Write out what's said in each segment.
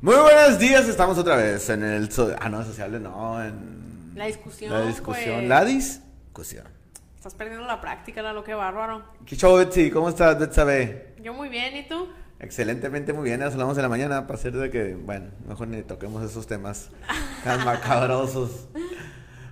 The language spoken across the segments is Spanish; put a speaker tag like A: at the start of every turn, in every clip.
A: Muy buenos días, estamos otra vez en el... so- ah, no, sociable, no, en...
B: La discusión. pues.
A: La discusión,
B: güey.
A: la discusión.
B: Estás perdiendo la práctica, Lalo, qué bárbaro.
A: ¿Qué show, Betsy? ¿Cómo estás, Betsabe?
B: Yo muy bien, ¿y tú?
A: Excelentemente, muy bien, nos hablamos de la mañana para hacer de que, bueno, mejor ni toquemos esos temas tan macabrosos.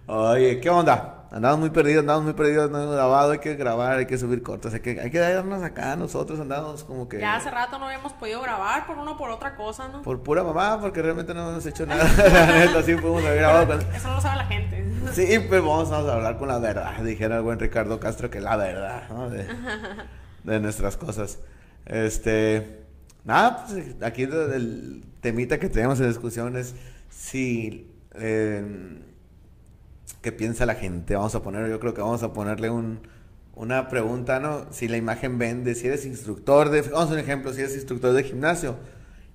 A: Oye, ¿qué onda? Andamos muy perdidos, andamos muy perdidos, no hemos grabado, hay que grabar, hay que subir cortos, hay que, hay que darnos acá, nosotros andamos como que...
B: Ya hace rato no habíamos podido grabar por una o por otra cosa, ¿no?
A: Por pura mamá, porque realmente no hemos hecho nada, la neta, sí pudimos haber grabado con-
B: Eso no lo sabe la gente.
A: Sí, pues vamos a hablar con la verdad, dijera el buen Ricardo Castro que la verdad, ¿no? De, de nuestras cosas. Este, nada, pues aquí el, el temita que tenemos en discusión es si, eh, ¿qué piensa la gente? Vamos a poner, yo creo que vamos a ponerle un, una pregunta, ¿no? Si la imagen vende, si eres instructor de, vamos a un ejemplo, si eres instructor de gimnasio,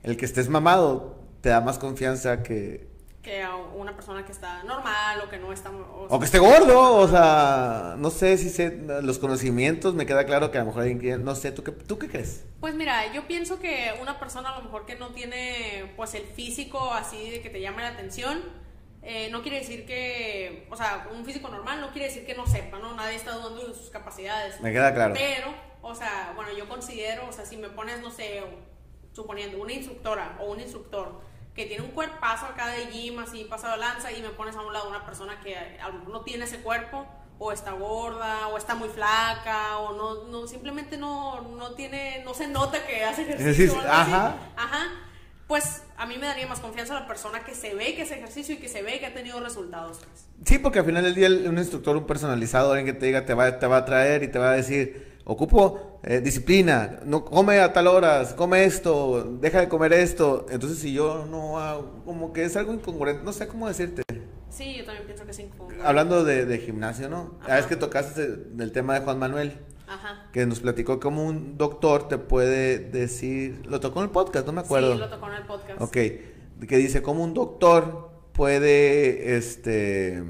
A: el que estés mamado te da más confianza que,
B: Que a una persona que está normal o que no está. O,
A: o que esté gordo, o sea, no sé si sé los conocimientos, me queda claro que a lo mejor alguien que- no sé, ¿tú qué, ¿tú qué crees?
B: Pues mira, yo pienso que una persona a lo mejor que no tiene pues el físico así de que te llame la atención, eh, no quiere decir que, o sea, un físico normal no quiere decir que no sepa, ¿no? Nadie está dudando de sus capacidades.
A: Me queda claro.
B: Pero, o sea, bueno, yo considero, o sea, si me pones, no sé, o- suponiendo una instructora o un instructor que tiene un cuerpazo acá de gym, así pasado de lanza, y me pones a un lado una persona que a lo mejor no tiene ese cuerpo, o está gorda, o está muy flaca, o no, no simplemente no, no tiene, no se nota que hace ejercicio. o algo así.
A: Ajá.
B: Ajá. Pues a mí me daría más confianza la persona que se ve que hace ejercicio y que se ve que ha tenido resultados. pues.
A: Sí, porque al final del día el- un instructor, un personalizado, alguien que te diga, te va, te va a traer y te va a decir, ocupo eh, disciplina, no come a tal horas, come esto, deja de comer esto. Entonces, si yo no hago, como que es algo incongruente, no sé cómo decirte.
B: Sí, yo también pienso que es incómodo.
A: Hablando de, de gimnasio, ¿no? La vez
B: Ajá.
A: que tocaste el tema de Juan Manuel.
B: Ajá.
A: que nos platicó cómo un doctor te puede decir, lo tocó en el podcast, no me acuerdo.
B: Sí, lo tocó en el podcast.
A: ok, que dice cómo un doctor puede, este,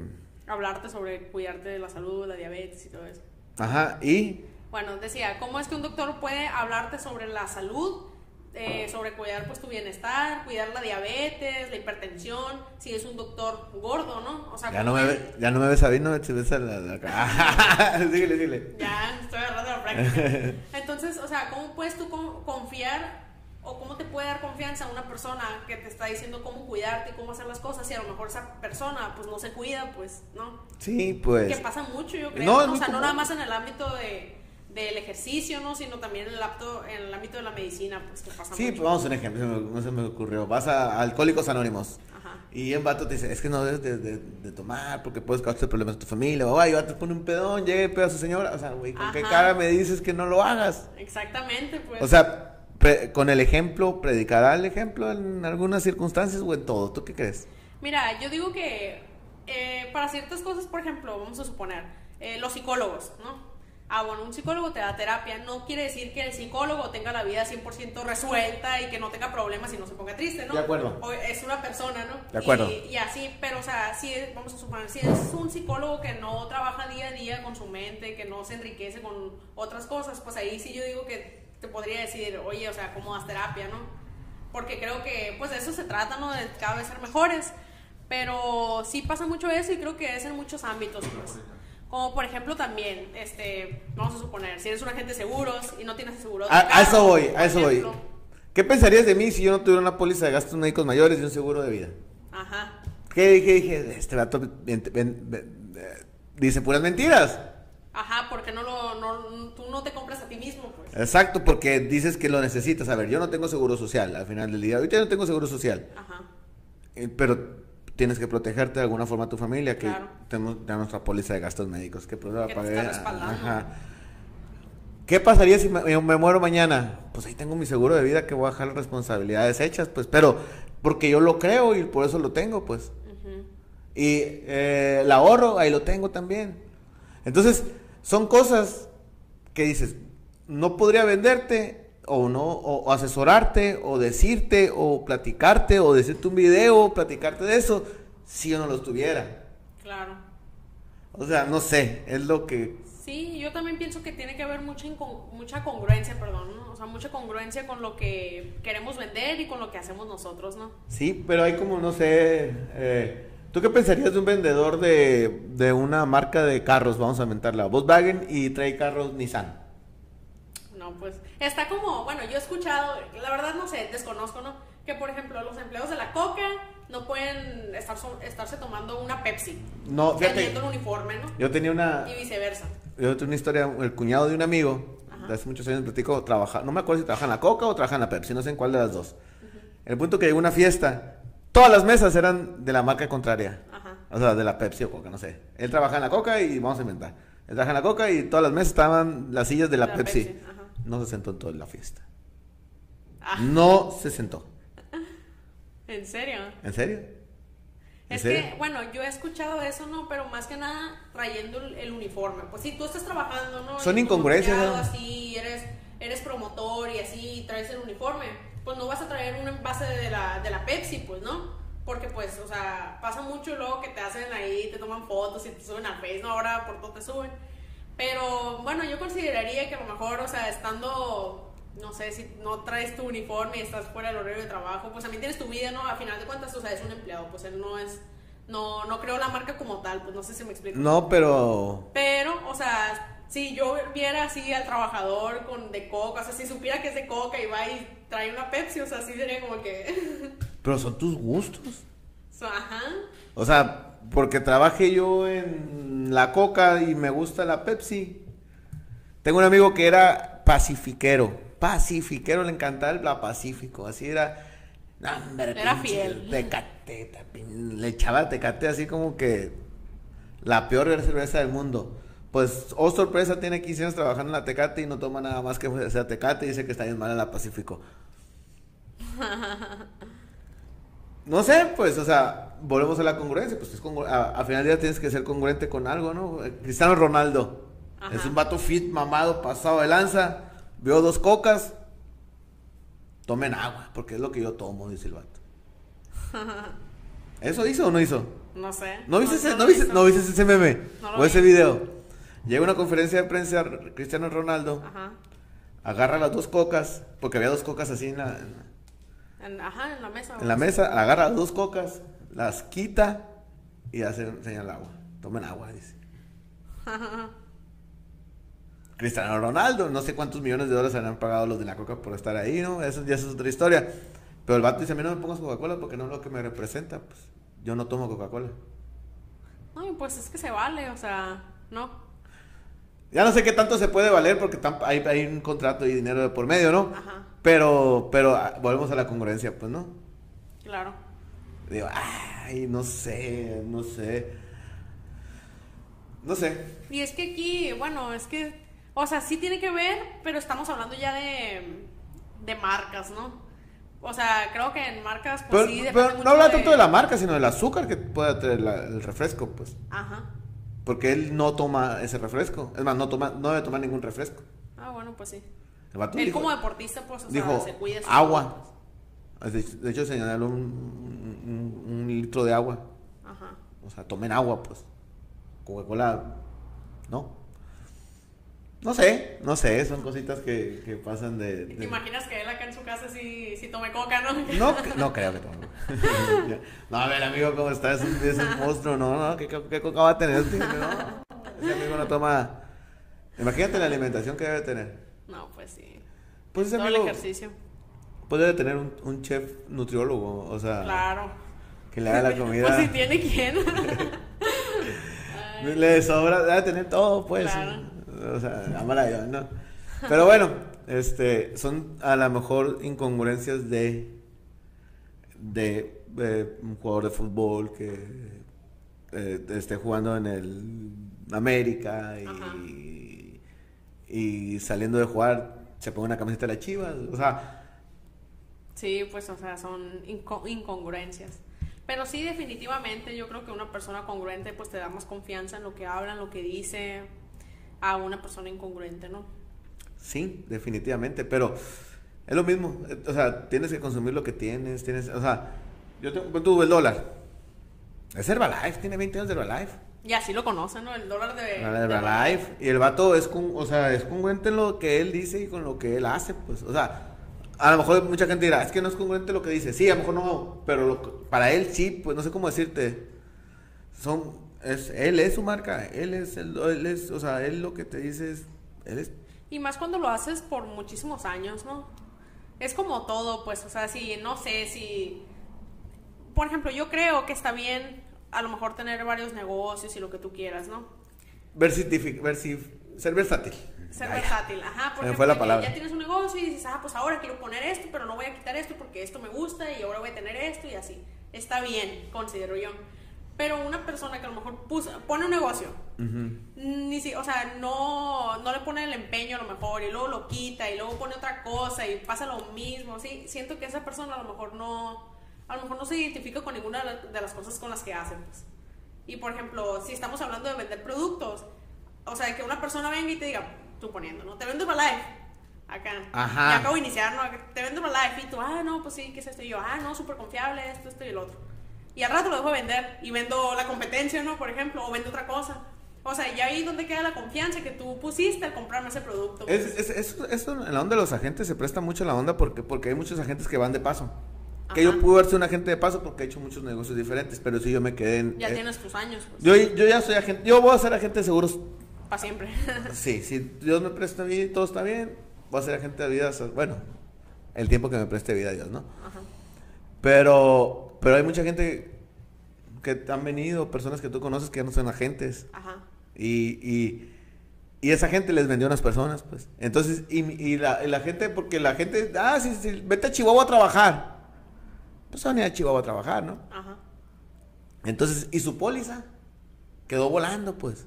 B: hablarte sobre cuidarte de la salud, la diabetes y todo eso.
A: ajá, y
B: Bueno, decía, ¿cómo es que un doctor puede hablarte sobre la salud, eh, sobre cuidar pues tu bienestar, cuidar la diabetes, la hipertensión, si es un doctor gordo, ¿no? O sea,
A: ya
B: ¿cómo
A: no me,
B: es?
A: ve- ya no me ves a vino, si ves a la, la- síguele, síguele.
B: Ya, estoy agarrando la práctica. Entonces, o sea, ¿cómo puedes tú con- confiar o cómo te puede dar confianza una persona que te está diciendo cómo cuidarte y cómo hacer las cosas y a lo mejor esa persona pues no se cuida, pues, ¿no?
A: Sí,
B: que
A: pues,
B: pasa mucho, yo creo.
A: No, es
B: o
A: muy
B: sea,
A: común.
B: no nada más en el ámbito de, del ejercicio, ¿no? Sino también en el, apto, en el ámbito de la medicina, pues que pasa
A: sí,
B: mucho.
A: pues vamos a un ejemplo, se me- no se me ocurrió, vas a Alcohólicos Anónimos.
B: Ajá.
A: Y el vato te dice, es que no debes de, de- de tomar porque puedes causarte problemas a tu familia. O, ay, vato, pone un pedón, llega y pega a su señora. O sea, güey, ¿con qué
B: Ajá.
A: cara me dices que no lo hagas?
B: Exactamente, pues.
A: O sea, pre- con el ejemplo, predicará el ejemplo en algunas circunstancias o en todo. ¿Tú qué crees?
B: Mira, yo digo que eh, para ciertas cosas, por ejemplo, vamos a suponer, eh, los psicólogos, ¿no? Ah, bueno, un psicólogo te da terapia, no quiere decir que el psicólogo tenga la vida 100% resuelta y que no tenga problemas y no se ponga triste, ¿no?
A: De acuerdo.
B: O es una persona, ¿no?
A: De acuerdo.
B: Y, y así, pero o sea, si es- vamos a suponer, si es un psicólogo que no trabaja día a día con su mente, que no se enriquece con otras cosas, pues ahí sí yo digo que te podría decir, oye, o sea, ¿cómo das terapia, no? porque creo que pues de eso se trata, ¿no? De cada vez ser mejores. Pero sí pasa mucho eso y creo que es en muchos ámbitos, pues. Como por ejemplo también, este, vamos a suponer, si eres un agente de seguros y no tienes seguro. de
A: A, a
B: carro,
A: eso voy,
B: por
A: a eso voy.
B: ejemplo.
A: ¿Qué pensarías de mí si yo no tuviera una póliza de gastos médicos mayores y un seguro de vida?
B: Ajá.
A: ¿Qué dije? Dije, este vato ven- ven- ven- eh, dice puras mentiras.
B: Ajá, porque no lo, no, tú no te compras a ti mismo, pues.
A: Exacto, porque dices que lo necesitas. A ver, yo no tengo seguro social al final del día. Ahorita yo no tengo seguro social.
B: Ajá.
A: Eh, Pero tienes que protegerte de alguna forma a tu familia, que
B: Claro.
A: tenemos ya nuestra póliza de gastos médicos, que pues la
B: Que te
A: pagué,
B: está respaldando.
A: ¿Qué pasaría si me, me muero mañana? Pues ahí tengo mi seguro de vida que voy a dejar las responsabilidades hechas, pues, pero porque yo lo creo y por eso lo tengo, pues. Y eh, el ahorro, ahí lo tengo también. Entonces, son cosas que dices, no podría venderte o no, o, o asesorarte o decirte o platicarte o decirte un video, platicarte de eso, si yo no los tuviera.
B: Claro.
A: O sea, no sé, es lo que
B: Sí, yo también pienso que tiene que haber mucha, incon- mucha congruencia, perdón, ¿no? o sea, mucha congruencia con lo que queremos vender y con lo que hacemos nosotros, ¿no?
A: Sí, pero hay como, no sé, eh, ¿tú qué pensarías de un vendedor de, de una marca de carros? Vamos a inventarla, Volkswagen y trae carros Nissan.
B: No, pues está como, bueno, yo he escuchado, la verdad no sé, desconozco, ¿no? Que por ejemplo los empleados de la Coca no pueden estar so- estarse tomando una Pepsi,
A: No, fíjate,
B: teniendo el uniforme, ¿no?
A: yo tenía una,
B: Y viceversa.
A: yo tengo una historia, el cuñado de un amigo,
B: Ajá.
A: de hace muchos años platico, trabaja, no me acuerdo si trabaja en la Coca o trabaja en la Pepsi, no sé en cuál de las dos. El punto que llegó a una fiesta, todas las mesas eran de la marca contraria.
B: Ajá.
A: O sea, de la Pepsi o Coca, no sé. Él trabaja en la Coca y vamos a inventar. Él trabaja en la Coca y todas las mesas estaban las sillas de la,
B: La
A: Pepsi.
B: Pepsi, ajá.
A: No se sentó en toda la fiesta.
B: Ah.
A: No se sentó.
B: ¿En serio?
A: ¿En serio? ¿En
B: Es
A: serio?
B: que, bueno, yo he escuchado eso, ¿no? Pero más que nada trayendo el, el uniforme. Pues si tú estás trabajando, ¿no?
A: Son
B: Y tú
A: incongruencias,
B: bloqueado
A: ¿no?
B: así, eres, eres promotor y así, y traes el uniforme. Pues no vas a traer un envase de la, de la Pepsi, pues, ¿no? Porque, pues, o sea, pasa mucho y luego que te hacen ahí, te toman fotos y te suben al Face, ¿no? Ahora por todo te suben. Pero, bueno, yo consideraría que a lo mejor, o sea, estando... No sé, si no traes tu uniforme y estás fuera del horario de trabajo, pues también tienes tu vida, ¿no? A final de cuentas, o sea, es un empleado, pues él no es no, no creo la marca como tal, pues no sé si me explico.
A: No, pero...
B: Pero, o sea, si yo viera así al trabajador con de coca, o sea, si supiera que es de coca y va y trae una Pepsi, o sea, sí sería como que.
A: Pero son tus gustos.
B: o sea, Ajá.
A: O sea, porque trabajé yo en la Coca y me gusta la Pepsi. Tengo un amigo que era pacifiquero. Pacifiquero, le encantaba el la Pacífico. Así era. No, hombre,
B: Era
A: pinche
B: fiel.
A: Tecate, ta- pin- le echaba tecate así como que la peor cerveza del mundo. Pues, oh sorpresa, tiene 15 años trabajando en la Tecate y no toma nada más que sea Tecate y dice que está bien mala la Pacífico. No sé, pues, o sea, volvemos a la congruencia, pues es congru- a, a final de día tienes que ser congruente con algo, ¿no? Eh, Cristiano Ronaldo
B: Ajá.
A: es un vato fit, mamado, pasado de lanza, vio dos cocas, tomen agua, porque es lo que yo tomo, dice el vato. ¿Eso hizo o no hizo?
B: No sé.
A: ¿No viste, ese,
B: lo
A: no viste-
B: hizo.
A: no viste ese meme
B: No lo
A: o ese
B: vi.
A: video? Llega a una conferencia de prensa, R- Cristiano Ronaldo
B: Ajá.
A: agarra las dos cocas, porque había dos cocas así en la, en la-
B: En, ajá, en la mesa.
A: en la mesa, agarra las dos cocas, las quita y hace enseña el agua. Tomen agua, dice. Cristiano Ronaldo, no sé cuántos millones de dólares habrán pagado los de la coca por estar ahí, ¿no? Eso ya es otra historia. Pero el vato dice, a mí no me pongas Coca-Cola porque no es lo que me representa. Pues yo no tomo Coca-Cola.
B: No, pues es que se vale, o sea, no.
A: Ya no sé qué tanto se puede valer porque tam- hay, hay un contrato y dinero de por medio, ¿no?
B: Ajá.
A: Pero, pero ah, volvemos a la congruencia, pues, ¿no?
B: Claro.
A: Digo, ay, no sé, no sé. No sé.
B: Y es que aquí, bueno, es que, o sea, sí tiene que ver, pero estamos hablando ya de, de marcas, ¿no? O sea, creo que en marcas, pues
A: Pero,
B: sí,
A: pero
B: depende mucho
A: no habla tanto de la marca, sino del azúcar que puede tener la- el refresco, pues.
B: Ajá.
A: Porque él no toma ese refresco. Es más, no, toma, no debe tomar ningún refresco.
B: Ah, bueno, pues sí.
A: El vato
B: Él
A: dijo-
B: como deportista, pues, o
A: dijo,
B: sea, se cuida. sus
A: agua. Ah,
B: cosas.
A: De, de hecho, señaló un, un- un- un litro de agua.
B: Ajá.
A: O sea, tomen agua, pues. Coca-Cola, no. No sé, no sé, son cositas que, que pasan de...
B: ¿Te
A: de-
B: imaginas que él acá en su casa sí, sí tome coca, no?
A: No, cre- no creo que tome. no, a ver, amigo, ¿cómo estás? Es un, es un monstruo, ¿no? no ¿Qué, qué- qué coca va a tener? este? No, ese amigo no toma... Imagínate la alimentación que debe tener.
B: No, pues sí.
A: Pues ese
B: Todo el
A: amigo
B: ejercicio.
A: pues debe tener un, un chef nutriólogo, o sea,
B: Claro.
A: que le haga la comida.
B: Pues si tiene quién.
A: Le sobra, debe tener todo, pues.
B: Claro.
A: O sea, amala yo, ¿no? Pero bueno, este, son a lo mejor incongruencias de, de eh, un jugador de fútbol que eh, esté jugando en el América
B: Ajá.
A: y, y saliendo de jugar se pone una camiseta de la Chivas. O sea,
B: Sí, pues, o sea, son inco- incongruencias. Pero sí, definitivamente, yo creo que una persona congruente, pues, te da más confianza en lo que habla, en lo que dice, a una persona incongruente, ¿no?
A: sí, definitivamente, pero es lo mismo. eh, O sea, tienes que consumir lo que tienes, tienes, o sea, yo tengo, tú el dólar. Es Herbalife, tiene 20 años de Herbalife.
B: Y así lo conocen, ¿no? El dólar de.
A: La de
B: de-
A: Herbalife. Y el vato es con, o sea, es congruente en lo que él dice y con lo que él hace, pues. O sea, a lo mejor mucha gente dirá, es que no es congruente lo que dice. Sí, a lo mejor no, pero lo- para él sí, pues no sé cómo decirte. Son, es, él es su marca, él es, el, él es, o sea, él lo que te dice es, él es
B: Y más cuando lo haces por muchísimos años, ¿no? Es como todo, pues, o sea, si, no sé, si... Por ejemplo, yo creo que está bien a lo mejor tener varios negocios y lo que tú quieras, ¿no?
A: versitifi- versi- ser versátil.
B: Ser
A: Ay,
B: versátil, ajá,
A: se me
B: por ejemplo,
A: fue la
B: que
A: palabra.
B: ya tienes un negocio y dices, ah, pues ahora quiero poner esto, pero no voy a quitar esto porque esto me gusta y ahora voy a tener esto y así. Está bien, considero yo. Pero una persona que a lo mejor puso- pone un negocio, ni si- o sea, no, no le pone el empeño a lo mejor y luego lo quita y luego pone otra cosa y pasa lo mismo, sí, siento que esa persona a lo mejor no, a lo mejor no se identifica con ninguna de la- de las cosas con las que hace, pues. Y por ejemplo, si estamos hablando de vender productos, o sea, que una persona venga y te diga, tú poniendo, ¿no? Te vendo Herbalife. Acá.
A: Ajá.
B: Y acabo de iniciar, ¿no? Te vendo Herbalife. Y tú, ah, no, pues sí, ¿qué es esto? Y yo, ah, no, súper confiable, esto, esto y el otro. Y al rato lo dejo vender. Y vendo la competencia, ¿no? Por ejemplo, o vendo otra cosa. O sea, y ahí donde queda la confianza que tú pusiste al comprarme ese producto. pues.
A: Es, es- eso, eso en la onda de los agentes se presta mucho la onda porque, porque hay muchos agentes que van de paso. Que
B: Ajá.
A: yo pude verse un agente de paso porque he hecho muchos negocios diferentes, pero sí yo me quedé en...
B: ya
A: eh,
B: tienes tus años, pues,
A: Yo, yo ya soy agente, yo voy a ser agente de seguros.
B: para siempre.
A: Sí, si Dios me presta vida y todo está bien, voy a ser agente de vida, hasta- bueno, el tiempo que me preste vida Dios, ¿no?
B: Ajá.
A: Pero, pero hay mucha gente que han venido, personas que tú conoces que ya no son agentes.
B: Ajá.
A: Y, y, y esa gente les vendió a unas personas, pues. Entonces, y, y la, y la gente, porque la gente, ah, sí, sí, vete a Chihuahua a trabajar. Pues se van a ir a Chihuahua a trabajar, ¿no?
B: Ajá.
A: Entonces, y su póliza quedó volando, pues.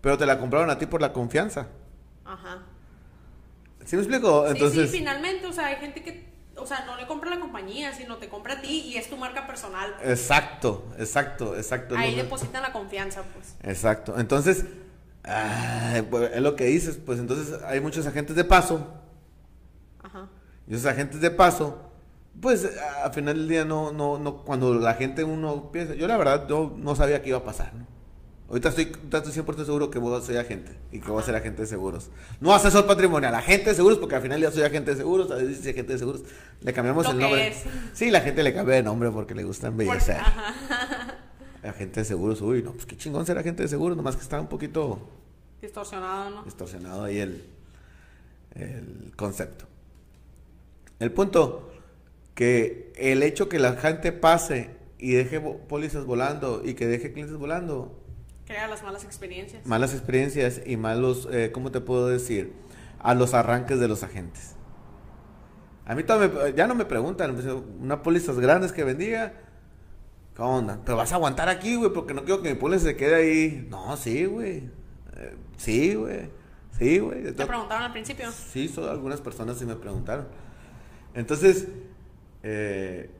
A: Pero te la compraron a ti por la confianza.
B: Ajá.
A: ¿Sí me explico?
B: Sí,
A: Entonces,
B: sí, finalmente, o sea, hay gente que, o sea, no le compra la compañía, sino te compra a ti y es tu marca personal.
A: exacto, exacto, exacto.
B: Ahí
A: Entonces-
B: depositan la confianza, pues.
A: Exacto. Entonces, ay, pues, es lo que dices, pues entonces hay muchos agentes de paso.
B: Ajá.
A: Y esos agentes de paso, pues a- al final del día no, no, no, cuando la gente uno piensa, yo la verdad yo no sabía que iba a pasar, ¿no? Ahorita estoy, ahorita estoy 100% seguro que vos soy agente y que voy a ser agente de seguros. No asesor patrimonial, agente de seguros, porque al final ya soy agente de seguros, a veces dice agente de seguros. Le cambiamos
B: Lo
A: el
B: que
A: nombre.
B: es.
A: Sí, la gente le cambia de nombre porque le gusta
B: Porque-
A: embellecer.
B: ajá.
A: Agente de seguros, uy, no, pues qué chingón ser agente de seguros, nomás que está un poquito
B: Distorsionado, ¿no?
A: distorsionado ahí el, el concepto. El punto que el hecho que la gente pase y deje vo- pólizas volando y que deje clientes volando,
B: Crea las malas experiencias.
A: malas experiencias y malos, eh, ¿cómo te puedo decir? A los arranques de los agentes. A mí todavía me- ya no me preguntan, pues, una pólizas grandes que vendía, ¿qué onda? ¿Te vas a aguantar aquí, güey? Porque no quiero que mi póliza se quede ahí. No, sí, güey. Eh, sí, güey. Sí, güey.
B: Te preguntaron al principio.
A: Sí, so- algunas personas sí me preguntaron. Entonces, eh,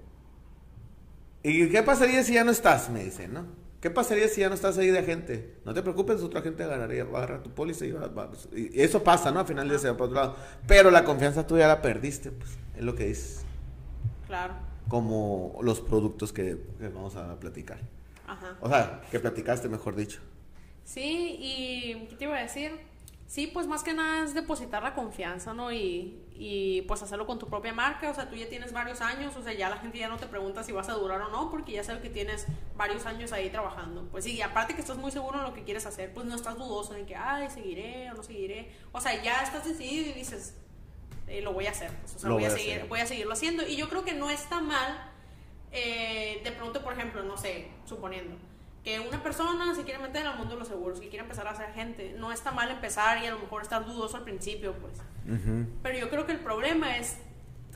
A: ¿y qué pasaría si ya no estás? Me dicen, ¿no? ¿Qué pasaría si ya no estás ahí de agente? No te preocupes, otra gente ganaría, va a agarrar tu póliza y, va- va- pues, y eso pasa, ¿no? Al final de se va para otro lado. Pero la confianza tú ya la perdiste, pues, es lo que dices.
B: Claro.
A: Como los productos que, que vamos a platicar.
B: Ajá.
A: O sea, que platicaste, mejor dicho.
B: Sí, y ¿qué te iba a decir? Sí, pues más que nada es depositar la confianza, ¿no? Y, y pues hacerlo con tu propia marca, o sea, tú ya tienes varios años, o sea, ya la gente ya no te pregunta si vas a durar o no, porque ya sabe que tienes varios años ahí trabajando. Pues sí, y aparte que estás muy seguro en lo que quieres hacer, pues no estás dudoso de que, ay, seguiré o no seguiré. O sea, ya estás decidido y dices, eh, lo voy a hacer, pues, o sea,
A: Lo
B: voy, a
A: voy a
B: seguir,
A: hacer.
B: voy a seguirlo haciendo. Y yo creo que no está mal eh, de pronto, por ejemplo, no sé, suponiendo que una persona se quiere meter al mundo de los seguros, que quiere empezar a ser gente, no está mal empezar y a lo mejor estar dudoso al principio, pues. Pero yo creo que el problema es,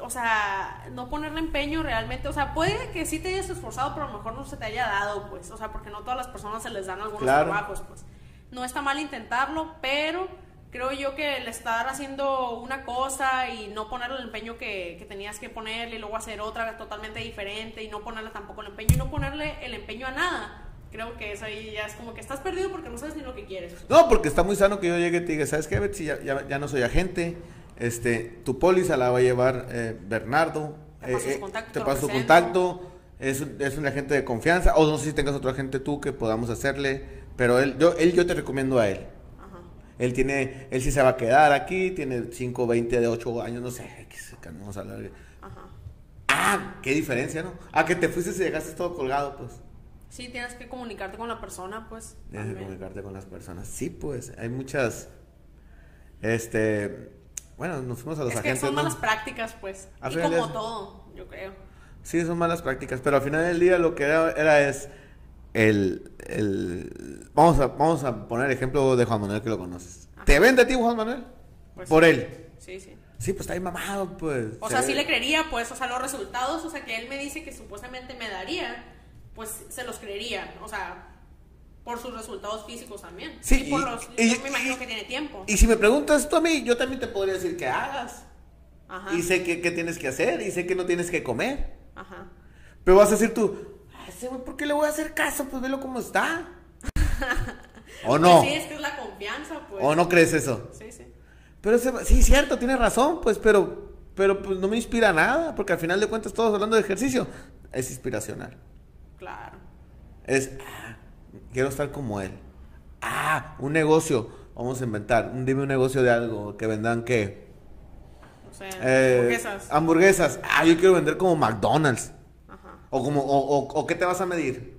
B: o sea, no ponerle empeño realmente, o sea, puede que sí te hayas esforzado, pero a lo mejor no se te haya dado, pues, o sea, porque no todas las personas se les dan algunos
A: Claro.
B: trabajos, pues. No está mal intentarlo, pero creo yo que el estar haciendo una cosa y no ponerle el empeño que, que tenías que ponerle y luego hacer otra totalmente diferente y no ponerle tampoco el empeño y no ponerle el empeño a nada. Creo que eso ahí ya es como que estás perdido porque no sabes ni lo que quieres.
A: No, porque está muy sano que yo llegue y te diga, ¿sabes qué, Betsy? Ya, ya, ya no soy agente. Este, tu póliza la va a llevar eh, Bernardo.
B: Te paso
A: eh,
B: su contacto,
A: te
B: te lo
A: paso su
B: presento.
A: contacto. Es, un- es un agente de confianza. O no sé si tengas otro agente tú que podamos hacerle. Pero él yo, él, yo te recomiendo a él.
B: Ajá.
A: Él tiene, él sí se va a quedar aquí, tiene 5, 20, de 8 años, no sé, qué sé, que no vamos a hablar. de-
B: Ajá.
A: Ah, qué diferencia, ¿no? Ah, que te fuiste y dejaste todo colgado, pues.
B: Sí, tienes que comunicarte con la persona, pues.
A: Tienes que
B: también.
A: comunicarte con las personas. Sí, pues, hay muchas, este, bueno, nos fuimos a los
B: Es que
A: agentes,
B: son
A: ¿no?
B: malas prácticas, pues.
A: Al
B: Y
A: final
B: como
A: es-
B: todo, yo creo.
A: Sí, son malas prácticas, pero al final del día lo que era, era es el, el- Vamos, a, vamos a poner ejemplo de Juan Manuel que lo conoces.
B: Ajá.
A: ¿Te vende a ti Juan Manuel?
B: Pues
A: Por
B: sí.
A: él.
B: Sí, sí.
A: Sí, pues está ahí mamado, pues.
B: O
A: Se
B: sea,
A: ve-
B: sí le creería, pues, o sea, los resultados, o sea, que él me dice que supuestamente me daría, pues se los creería, o sea, por sus resultados físicos también.
A: Sí,
B: y por
A: y-
B: los,
A: y-
B: yo me imagino
A: y-
B: que tiene tiempo.
A: Y si me preguntas tú a mí, yo también te podría decir que hagas.
B: Ajá.
A: Y sé que, que tienes que hacer, y sé que no tienes que comer.
B: Ajá.
A: Pero vas a decir tú, "Ah, ese güey, ¿por qué le voy a hacer caso? Pues velo cómo está. ¿O no?
B: Sí, es que es la confianza, pues.
A: ¿O no crees eso?
B: Sí, sí.
A: Pero ese- sí, cierto, tienes razón, pues, pero, pero pues, no me inspira nada, porque al final de cuentas todos hablando de ejercicio es inspiracional.
B: Claro.
A: Es, ah, quiero estar como él. Ah, un negocio, vamos a inventar, un- dime un negocio de algo, que vendan qué.
B: O sea,
A: Eh,
B: hamburguesas.
A: hamburguesas. Ah, yo quiero vender como McDonald's.
B: Ajá.
A: O como, o, o- o qué te vas a medir.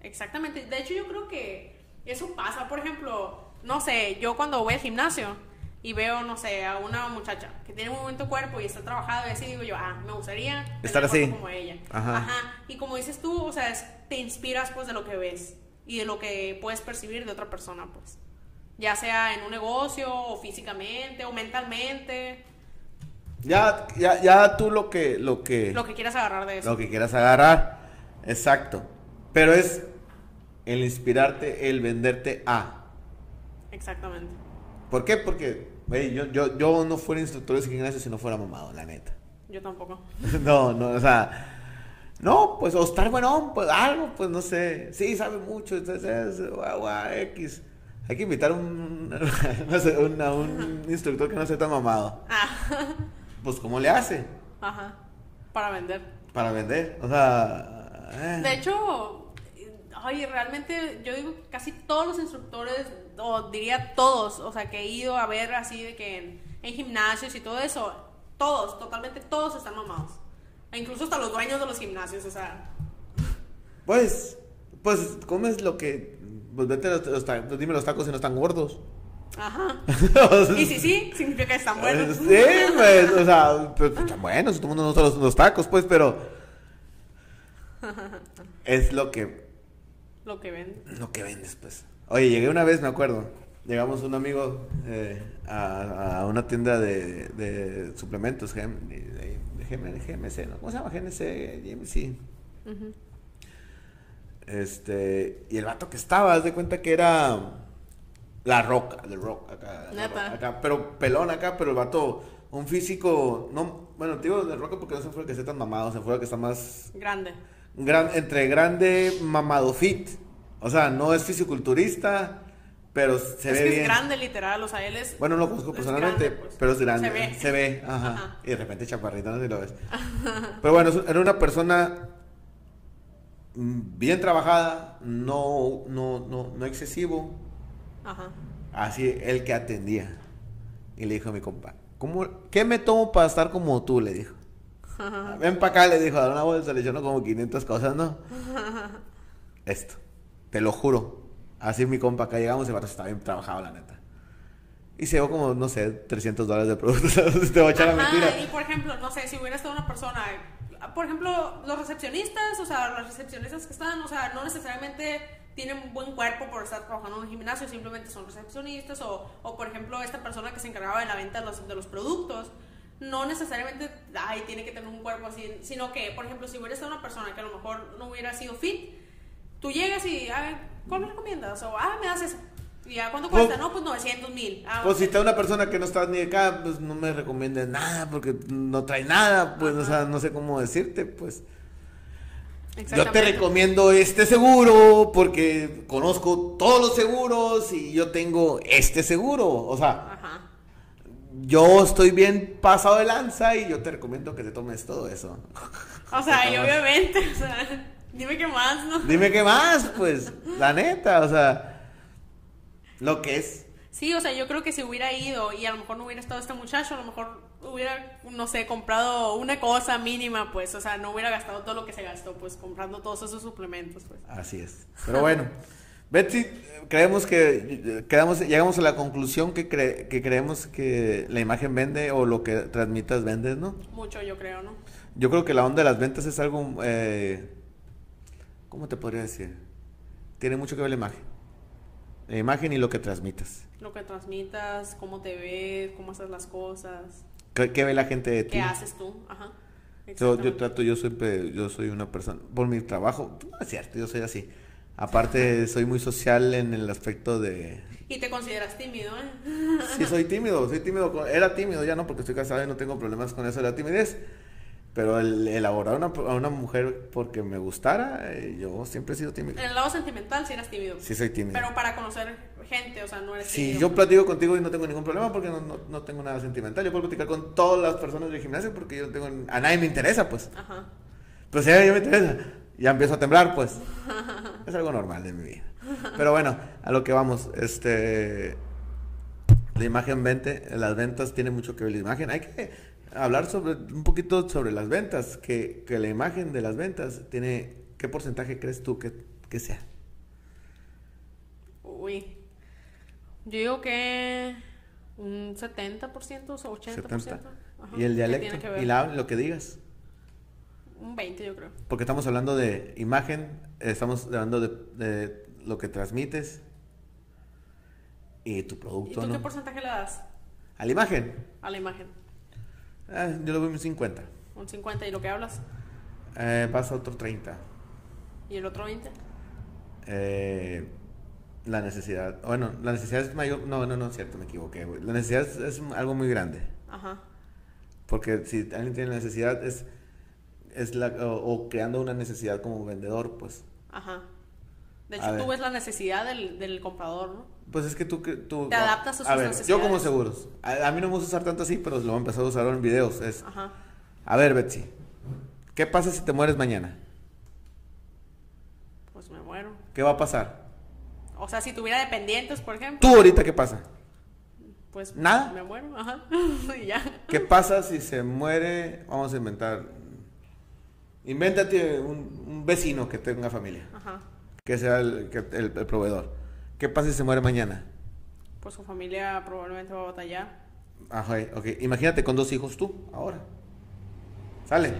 B: Exactamente. De hecho, yo creo que eso pasa. Por ejemplo, no sé, yo cuando voy al gimnasio y veo, no sé, a una muchacha que tiene un buen cuerpo y está trabajada y así, digo yo, ah, me gustaría tener
A: Estar
B: cuerpo
A: así.
B: como ella.
A: Ajá.
B: Y como dices tú, o sea, es- te inspiras pues de lo que ves y de lo que puedes percibir de otra persona, pues. Ya sea en un negocio, o físicamente, o mentalmente,
A: Ya, ya, ya tú lo que, lo que,
B: lo que quieras agarrar de eso.
A: lo que quieras agarrar. Exacto. Pero es el inspirarte, el venderte a.
B: Exactamente.
A: ¿Por qué? Porque, güey, yo, yo, yo no fuera instructor de gimnasio si no fuera mamado, la neta.
B: Yo tampoco.
A: No, no, o sea, no, pues, o estar bueno, pues, algo, pues, no sé. Sí, sabe mucho, entonces, es, guau, guau, X. Hay que invitar a un, no sé, un- a un instructor que no sea tan mamado.
B: Ah,
A: Pues, ¿cómo le hace
B: ajá. Para vender.
A: para vender? O sea, eh.
B: De hecho, ay, realmente yo digo que casi todos los instructores, o diría todos, o sea, que he ido a ver así de que en, en gimnasios y todo eso, todos, totalmente todos están mamados. E incluso hasta los dueños de los gimnasios, o sea,
A: pues, pues, comes lo que, pues, vete los, los ta- dime los tacos si no están gordos.
B: ajá.
A: O sea,
B: Y sí, sí, significa que están buenos.
A: Sí, pues, o sea, pues, pues, están buenos, todo el mundo nos gusta los, los tacos, pues, pero es lo que,
B: Lo que ven.
A: lo que vendes, pues. Oye, llegué una vez, me acuerdo, llegamos un amigo eh, a, a una tienda de, de suplementos, GM, de- de- de GM, GMC, ¿no? ¿Cómo se llama? GNC, GMC.
B: Ujú.
A: Este, y el vato que estaba, haz de cuenta que era la roca, de rock, acá, La
B: Neta.
A: Roca, acá, pero pelón acá, pero el vato, un físico, no, bueno, te digo de roca porque no se fue el que esté tan mamado, se fue el que está más,
B: Grande.
A: gran, entre grande, mamado fit, o sea, no es fisiculturista, pero se ve
B: es que
A: bien.
B: es grande, literal, o sea, él es.
A: Bueno, no lo conozco
B: Es
A: personalmente,
B: grande, pues.
A: pero es grande.
B: Se ve.
A: ajá.
B: Ajá.
A: Y de repente chaparrito, no sé si lo ves. Pero bueno, es- era una persona mm, bien trabajada, no, no, no, no excesivo.
B: Ajá.
A: Así el que atendía. Y le dijo a mi compa, ¿cómo, ¿qué me tomo para estar como tú? Le dijo. Ven para acá, le dijo, a dar una bolsa, le echaron como 500 cosas, ¿no? Esto, te lo juro. Así mi compa, acá llegamos y el vato está bien trabajado, la neta. Y se llevó como, no sé, 300 dólares de productos, te voy a echar la
B: Ajá,
A: mentira.
B: Y por ejemplo, no sé, si hubiera estado una persona, por ejemplo, los recepcionistas, o sea, las recepcionistas que están, o sea, no necesariamente tienen un buen cuerpo por estar trabajando en un gimnasio, simplemente son recepcionistas, o, o por ejemplo, esta persona que se encargaba de la venta de los, de los productos, no necesariamente, ay, tiene que tener un cuerpo así, sino que, por ejemplo, si hubiera estado una persona que a lo mejor no hubiera sido fit, tú llegas y, a ver, ¿cuál me recomiendas? O, ah, me das eso. ¿Y a cuánto
A: Pues-
B: cuesta? no, pues 900 mil. Ah,
A: Pues si está una persona que no está ni acá, pues no me recomienda nada, porque no trae nada, pues, o sea, no sé cómo decirte, pues. Yo te
B: exactamente.
A: recomiendo este seguro porque conozco todos los seguros y yo tengo este seguro. O sea,
B: Ajá.
A: yo estoy bien pasado de lanza y yo te recomiendo que te tomes todo eso.
B: O sea,
A: Ah.
B: y obviamente, o sea, dime qué más, ¿no?
A: Dime qué más, pues, la neta, o sea, Lo que es.
B: Sí, o sea, yo creo que si hubiera ido y a lo mejor no hubiera estado este muchacho, a lo mejor hubiera, no sé, comprado una cosa mínima, pues, o sea, no hubiera gastado todo lo que se gastó, pues, comprando todos esos suplementos, pues.
A: Así es. Pero bueno, Betsy, creemos que quedamos, llegamos a la conclusión que, cre- que creemos que la imagen vende o lo que transmitas vendes, ¿no?
B: Mucho, yo creo, ¿no?
A: Yo creo que la onda de las ventas es algo, eh, ¿cómo te podría decir? Tiene mucho que ver la imagen. La imagen y lo que transmitas.
B: Lo que transmitas, cómo te ves, cómo haces las cosas,
A: ¿Qué, qué ve la gente de ti?
B: qué haces tú, ajá.
A: Yo, yo
B: exactamente.
A: trato, yo soy, pe- yo soy una persona, por mi trabajo, no es cierto, yo soy así. Aparte, soy muy social en el aspecto de...
B: Y te consideras tímido, ¿eh?
A: Sí, soy tímido, soy tímido, con- era tímido ya no, porque estoy casado y no tengo problemas con eso de la timidez. Pero el elaborar una, a una mujer porque me gustara, eh, yo siempre he sido tímido.
B: En el lado sentimental sí eras tímido.
A: Sí, soy tímido.
B: Pero para conocer gente, o sea, no eres
A: Si
B: tímido.
A: yo platico contigo y no tengo ningún problema porque no, no, no tengo nada sentimental, yo puedo platicar con todas las personas del gimnasio porque yo no tengo... A nadie me interesa, pues.
B: Ajá.
A: Pero si a mí me interesa, ya empiezo a temblar, pues. Es algo normal de mi vida. Pero bueno, a lo que vamos, este... La imagen vente, las ventas tiene mucho que ver la imagen. Hay que hablar sobre un poquito sobre las ventas, que, que la imagen de las ventas tiene... ¿Qué porcentaje crees tú que, que sea?
B: Uy. Yo digo que un 70% o 80%.
A: 70.
B: Ajá.
A: Y el
B: ¿Qué
A: dialecto,
B: tiene que ver?
A: y la, lo que digas.
B: Un 20, yo creo.
A: Porque estamos hablando de imagen, estamos hablando de, de lo que transmites y tu
B: ¿Y
A: producto,
B: tú qué
A: ¿no?
B: porcentaje le das
A: A la imagen,
B: a la imagen?
A: ah, yo le doy un 50.
B: Un 50 y lo que hablas.
A: Eh, vas a otro 30.
B: ¿Y el otro 20?
A: Eh, la necesidad, bueno, la necesidad es mayor, no, no, no, es cierto, me equivoqué. güey. La necesidad es, es algo muy grande.
B: Ajá.
A: Porque si alguien tiene la necesidad, es, es la, o, o creando una necesidad como vendedor, pues.
B: Ajá. De
A: A
B: hecho, tú
A: ver.
B: ves la necesidad del, del comprador, ¿no?
A: Pues es que tú... que- tú
B: Te adaptas a sus
A: ver, Yo
B: necesidades.
A: como seguros. A, a mí no me gusta usar tanto así, pero lo voy a empezar a usar ahora en videos. Es,
B: Ajá.
A: a ver, Betsy, ¿qué pasa si te mueres mañana?
B: Pues me muero.
A: ¿Qué va a pasar?
B: O sea, si tuviera dependientes, por ejemplo,
A: Tú ahorita, ¿qué pasa?
B: pues
A: ¿Nada?
B: me muero. Ajá. y ya.
A: ¿Qué pasa si se muere? Vamos a inventar... Invéntate un, un vecino que tenga familia,
B: Ajá.
A: que sea el, que- el- el proveedor. ¿Qué pasa si se muere mañana?
B: Pues su familia probablemente va a batallar.
A: Ajá, ok. Imagínate con dos hijos tú, ahora. Sale.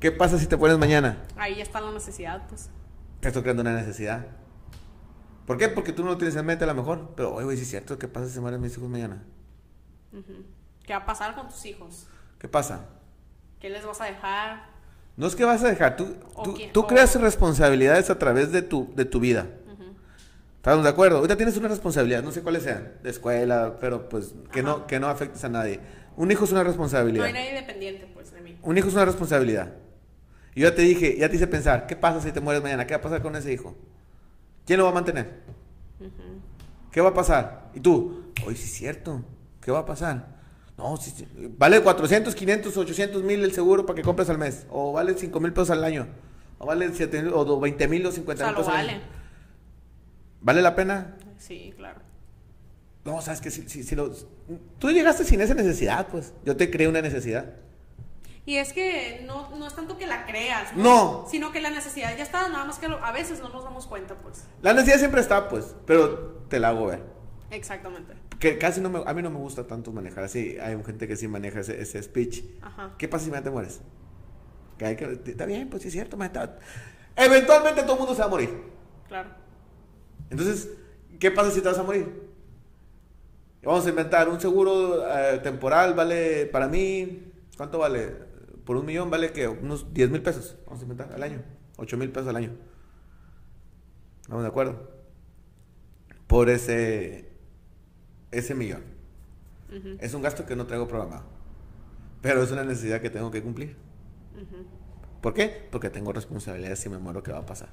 A: ¿Qué pasa si te mueres mañana?
B: Ahí ya está la necesidad, pues.
A: Te estoy creando una necesidad. ¿Por qué? Porque tú no lo tienes en mente a lo mejor. Pero, oye, güey, sí es cierto. ¿Qué pasa si se mueren mis hijos mañana?
B: ¿Qué va a pasar con tus hijos?
A: ¿Qué pasa?
B: ¿Qué les vas a dejar?
A: No es que vas a dejar. Tú,
B: O
A: tú,
B: que-
A: tú
B: o-
A: creas responsabilidades a través de tu, de tu vida. ¿Estamos de acuerdo? Ahorita tienes una responsabilidad. No sé cuáles sean. De escuela, pero pues que no, que no afectes a nadie. Un hijo es una
B: No
A: responsabilidad.
B: hay nadie dependiente, pues, de mí.
A: Un hijo es una responsabilidad. Y yo ya te dije, ya te hice pensar. ¿Qué pasa si te mueres mañana? ¿Qué va a pasar con ese hijo? ¿Quién lo va a mantener? ¿Qué va a pasar? Y tú, hoy sí es cierto. ¿Qué va a pasar? No, sí, sí. vale 400, 500, 800 mil el seguro para que compres al mes. O vale 5 mil pesos al año. O vale 7 mil, o do- 20 mil o
B: O
A: 50
B: sea,
A: mil
B: lo
A: pesos al
B: vale.
A: año. ¿Vale la pena?
B: Sí, claro.
A: No, sabes que si, si, si lo- Tú llegaste sin esa necesidad, pues. Yo te creé una necesidad.
B: Y es que no, no es tanto que la creas, pues,
A: No.
B: Sino que la necesidad ya está, nada más que lo- a veces no nos damos cuenta, pues.
A: La necesidad siempre está, pues. Pero te la hago ver.
B: Exactamente.
A: Que casi no me, a mí no me gusta tanto manejar así. Hay gente que sí maneja ese, ese speech.
B: Ajá.
A: ¿Qué pasa si mañana te mueres? Que hay que- está bien, pues sí es cierto. mañana te va- eventualmente todo el mundo se va a morir.
B: Claro.
A: Entonces, ¿qué pasa si te vas a morir? Vamos a inventar un seguro eh, temporal, vale para mí, ¿cuánto vale? Por un millón vale que unos 10 mil pesos, vamos a inventar al año, 8 mil pesos al año. ¿Estamos de acuerdo? Por ese, ese millón. Es un gasto que no traigo programado, pero es una necesidad que tengo que cumplir. ¿Por qué? Porque tengo responsabilidad si me muero, ¿qué va a pasar?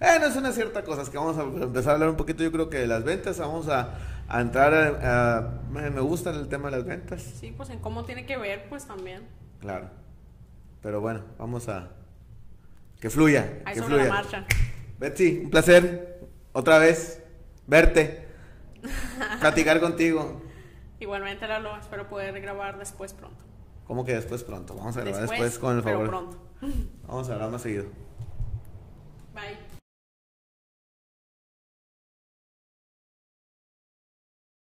A: Eh, no es una cierta cosa, es que vamos a empezar a hablar un poquito, yo creo que de las ventas, vamos a, a entrar a, a- me me gusta el tema de las ventas,
B: Sí, pues en cómo tiene que ver, pues también.
A: claro. Pero bueno, vamos a que fluya,
B: Ahí
A: que
B: sobre la
A: fluya.
B: marcha.
A: Betsy, un placer otra vez verte. Platicar contigo.
B: Igualmente, Lalo, espero poder grabar después pronto.
A: ¿Cómo que después pronto? Vamos a grabar después, con el
B: pero
A: favor.
B: pronto.
A: Vamos a grabar más seguido.